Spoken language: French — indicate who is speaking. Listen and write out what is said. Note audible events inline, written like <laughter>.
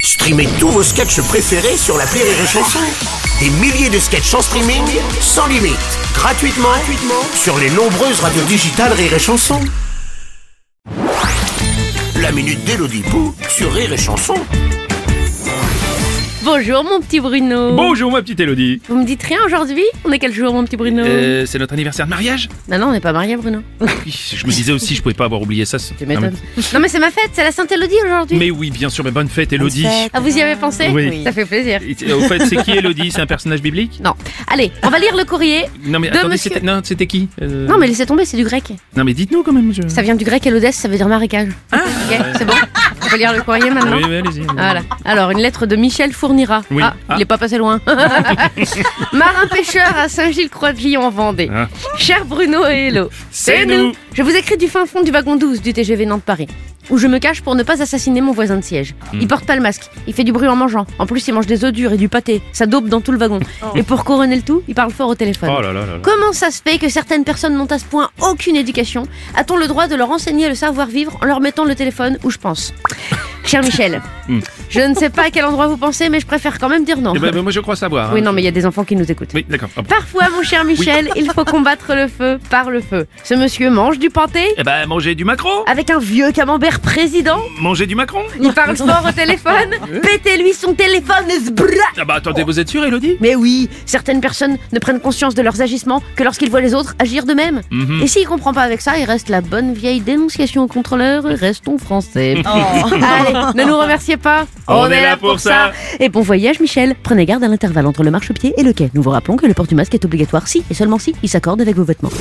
Speaker 1: Streamez tous vos sketchs préférés sur la Rire et Chanson. Des milliers de sketchs en streaming, sans limite, gratuitement, gratuitement sur les nombreuses radios digitales Rire et Chanson. La minute d'Elodie Pou sur Rire et Chanson.
Speaker 2: Bonjour mon petit Bruno.
Speaker 3: Bonjour ma petite Elodie.
Speaker 2: Vous me dites rien aujourd'hui On est quel jour mon petit Bruno
Speaker 3: Euh, c'est notre anniversaire de mariage
Speaker 2: Non non, on n'est pas mariés Bruno.
Speaker 3: Oui, Je me disais aussi, je pouvais pas avoir oublié ça. c'est-
Speaker 2: Tu
Speaker 3: Non,
Speaker 2: m'étonnes. non mais c'est ma fête, c'est la Sainte Élodie
Speaker 3: mais-
Speaker 2: aujourd'hui.
Speaker 3: Mais oui, bien sûr, mais bonne fête Elodie.
Speaker 2: Ah vous y avez pensé
Speaker 3: Oui.
Speaker 2: Ça fait plaisir.
Speaker 3: Au fait, c'est qui Elodie C'est un personnage biblique
Speaker 2: Non. Allez, on va lire le courrier.
Speaker 3: Non mais
Speaker 2: De
Speaker 3: attendez,
Speaker 2: monsieur.
Speaker 3: c'était non, c'était qui Euh,
Speaker 2: Non mais laissez tomber, c'est du grec.
Speaker 3: non, mais dites-nous quand même. monsieur.
Speaker 2: Ça vient du grec Elodès, ça veut dire marécage. Ok, c'est bon. On peut lire le courrier maintenant.
Speaker 3: Ah. Oui, oui, allez-y.
Speaker 2: Voilà. Alors, une lettre de Michel Fournira.
Speaker 3: Oui.
Speaker 2: Ah,
Speaker 3: Ah.
Speaker 2: il est pas passé
Speaker 3: <laughs>
Speaker 2: loin. <laughs> Marin pêcheur à Saint-Gilles-Croix-de-Lyon en Vendée.
Speaker 3: Ah.
Speaker 2: Cher Bruno et Hello.
Speaker 3: C'est nous.
Speaker 2: Je vous écris du fin fond du wagon 12 du TGV Nantes-Paris, où je me cache pour ne pas assassiner mon voisin de siège.
Speaker 3: Hmm.
Speaker 2: Il porte pas le masque, il fait du bruit en mangeant. En plus, il mange des œufs durs et du pâté. Ça dope dans tout le wagon. Et pour couronner le tout, il parle fort au téléphone.
Speaker 3: Oh là là là là.
Speaker 2: Comment ça se fait que certaines personnes n'ont à ce point aucune éducation A-t-on le droit de leur enseigner le savoir-vivre en leur mettant le téléphone où je pense Cher Michel,
Speaker 3: Mm.
Speaker 2: je ne sais pas à quel endroit vous pensez, mais je préfère quand même dire non.
Speaker 3: Eh ben, ben, moi je crois savoir. hein.
Speaker 2: Oui, non, mais il y a des enfants qui nous écoutent.
Speaker 3: Oui, d'accord. Ah bon.
Speaker 2: Parfois, mon cher Michel, il faut combattre le feu par le feu. Ce monsieur mange du panté
Speaker 3: Eh ben, mangez du macro
Speaker 2: avec un vieux camembert président.
Speaker 3: Mangez du macron
Speaker 2: Il parle fort au téléphone. Pétez-lui son téléphone, zbra
Speaker 3: Ah bah attendez, vous êtes sûr Elodie
Speaker 2: Mais oui, certaines personnes ne prennent conscience de leurs agissements que lorsqu'ils voient les autres agir de même.
Speaker 3: Mhm.
Speaker 2: Et s'il comprend pas avec ça, il reste la bonne vieille dénonciation au contrôleur, restons français. <laughs> Allez, ne nous remerciez pas.
Speaker 3: Oh. On est là pour ça.
Speaker 2: Et bon voyage, Michel. Prenez garde à l'intervalle entre le marchepied et le quai. Nous vous rappelons que le port du masque est obligatoire si et seulement si il s'accorde avec vos vêtements.